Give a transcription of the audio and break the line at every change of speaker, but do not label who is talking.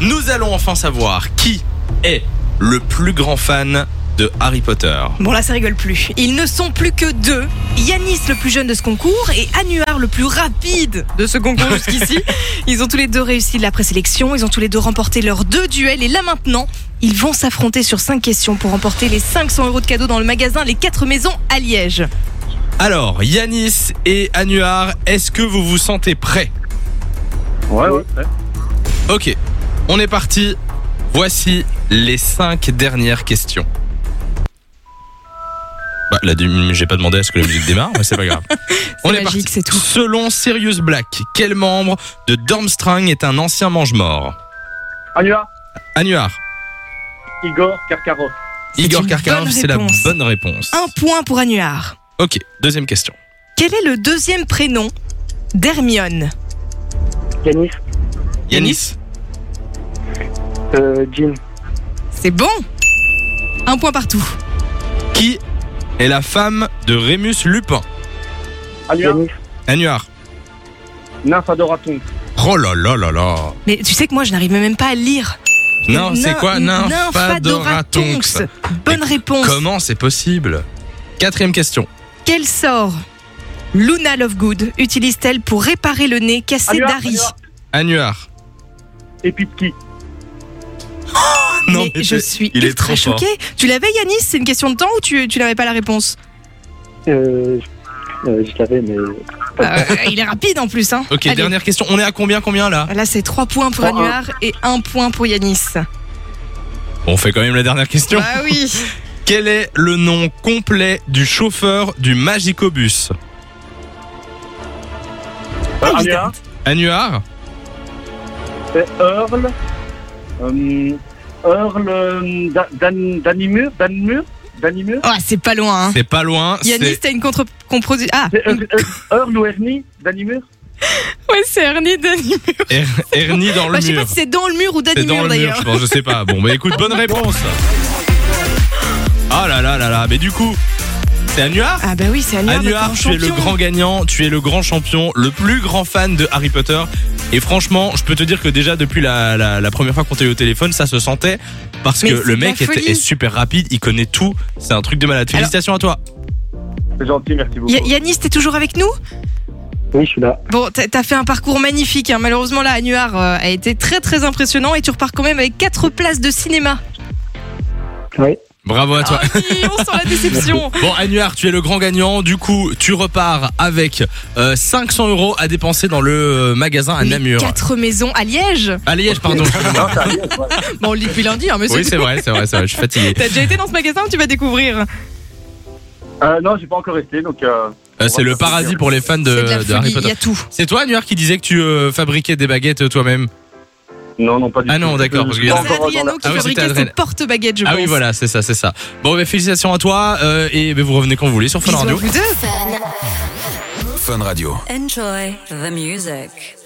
Nous allons enfin savoir qui est le plus grand fan de Harry Potter.
Bon là ça rigole plus. Ils ne sont plus que deux. Yanis le plus jeune de ce concours et Anuar le plus rapide de ce concours jusqu'ici. Ils ont tous les deux réussi la présélection, ils ont tous les deux remporté leurs deux duels et là maintenant, ils vont s'affronter sur cinq questions pour remporter les 500 euros de cadeaux dans le magasin Les 4 Maisons à Liège.
Alors, Yanis et Anuar, est-ce que vous vous sentez prêts
Ouais, ouais, ouais.
Ok, on est parti. Voici les cinq dernières questions. Bah, la demi- j'ai pas demandé à ce que la musique démarre, mais c'est pas grave. on est
magique,
parti.
c'est tout.
Selon Sirius Black, quel membre de Dormstrang est un ancien mange-mort
Anua,
Anuar,
Igor, Karkarov.
Igor
une
Karkaroff,
bonne
c'est la
réponse.
bonne réponse.
Un point pour Anuar.
Ok, deuxième question.
Quel est le deuxième prénom d'Hermione
Yanis,
Yanis,
euh, Jean,
C'est bon Un point partout.
qui est la femme de Rémus Lupin
Anua,
Yanis,
Anuar,
Nymphadoratum.
oh là là là là
Mais tu sais que moi je n'arrive même pas à lire.
Non, c'est quoi
Nin-
Nymphadoratonx.
Nymphadoratonx. Bonne réponse.
Comment c'est possible Quatrième question.
Quel sort Luna Lovegood utilise-t-elle pour réparer le nez cassé
Anua,
d'Harry
Anua.
Anuar.
Epitki.
Non,
Mais
mais
je
t'es-
suis
il est
ultra
trop fort.
choquée. Tu l'avais Yanis C'est une question de temps ou tu, tu n'avais pas la réponse
euh, euh, je l'avais, mais
Euh, Il est rapide en plus. Hein.
Ok,
Allez.
dernière question. On est à combien, combien là
Là c'est 3 points pour
Trois, un.
Anuar et 1 point pour Yanis.
On fait quand même la dernière question.
Bah oui
Quel est le nom complet du chauffeur du Magicobus
Ah,
Pas
Anua,
évidente.
Anuar
c'est Earl. Euh, Earl euh, Da- Dan- Danimur Danimur Danimur
Ah, c'est pas loin. hein.
C'est pas loin.
Yanis,
C'est
t'as une contre-comproduction. Ah,
C'est euh, Earl- Earl ou Ernie Danimur
ouais, c'est Ernie Danimur.
Er- Ernie dans
Bah,
le
je sais pas
mur.
si c'est dans le mur ou
C'est dans
Danimur
le mur,
d'ailleurs.
je pense, je sais pas. Bon, bah écoute, bonne réponse. Ah là là là là, mais du coup, c'est Anuar
Ah bah oui, c'est Anuar,
Anuar,
notre
tu es le
champion.
grand gagnant, tu es le grand champion, le plus grand fan de Harry Potter. Et franchement, je peux te dire que déjà depuis la, la- la première fois qu'on t'a eu au téléphone, ça se sentait parce
Mais
que
c'est
le
de la
mec est,
folie.
est super rapide, il connaît tout, c'est un truc de malade.
Alors-
Félicitations à toi.
C'est gentil, merci beaucoup.
Ya- Yanis, t'es toujours avec nous
oui, je suis là.
Bon, t'as t'as fait un parcours magnifique. hein. Malheureusement, là, Anuar euh, a été très très impressionnant et tu repars quand même avec 4 places de cinéma.
Bravo à toi.
Ah oui, on sent la déception.
Bon, Anuar, tu es le grand gagnant. Du coup, tu repars avec euh, 500 euros à dépenser dans le euh, magasin à
Mais
Namur.
Quatre maisons à Liège.
À Liège, pardon. excuse-moi.
Non, ça y est, ouais.
Bon, on lit depuis lundi, hein, monsieur.
oui, c'est vrai, c'est vrai, c'est vrai, je suis fatigué.
T'as déjà été dans ce magasin ou tu vas découvrir
Euh, non, j'ai pas encore resté, donc euh,
Euh, c'est le paradis pour les fans de,
C'est de la
de Harry
folie, il y
Potter.
a tout.
C'est toi, Anuar, qui disais que tu euh, fabriquais des baguettes toi-même
non, non, pas du
Ah
tout.
non, d'accord,
Je-
parce
je
qu'il y
suis
en a-
pas
C'est
encore dans
Adriano
la-
qui
Ah oui, c'était
fabriquait ses
Adriano.
porte-baguettes, je
Ah
pense.
oui, voilà, c'est ça, c'est ça. Bon, bah, félicitations à toi euh, et bah, vous revenez quand vous voulez sur Fun
Bisous à
Radio.
vous deux.
Enjoy the music.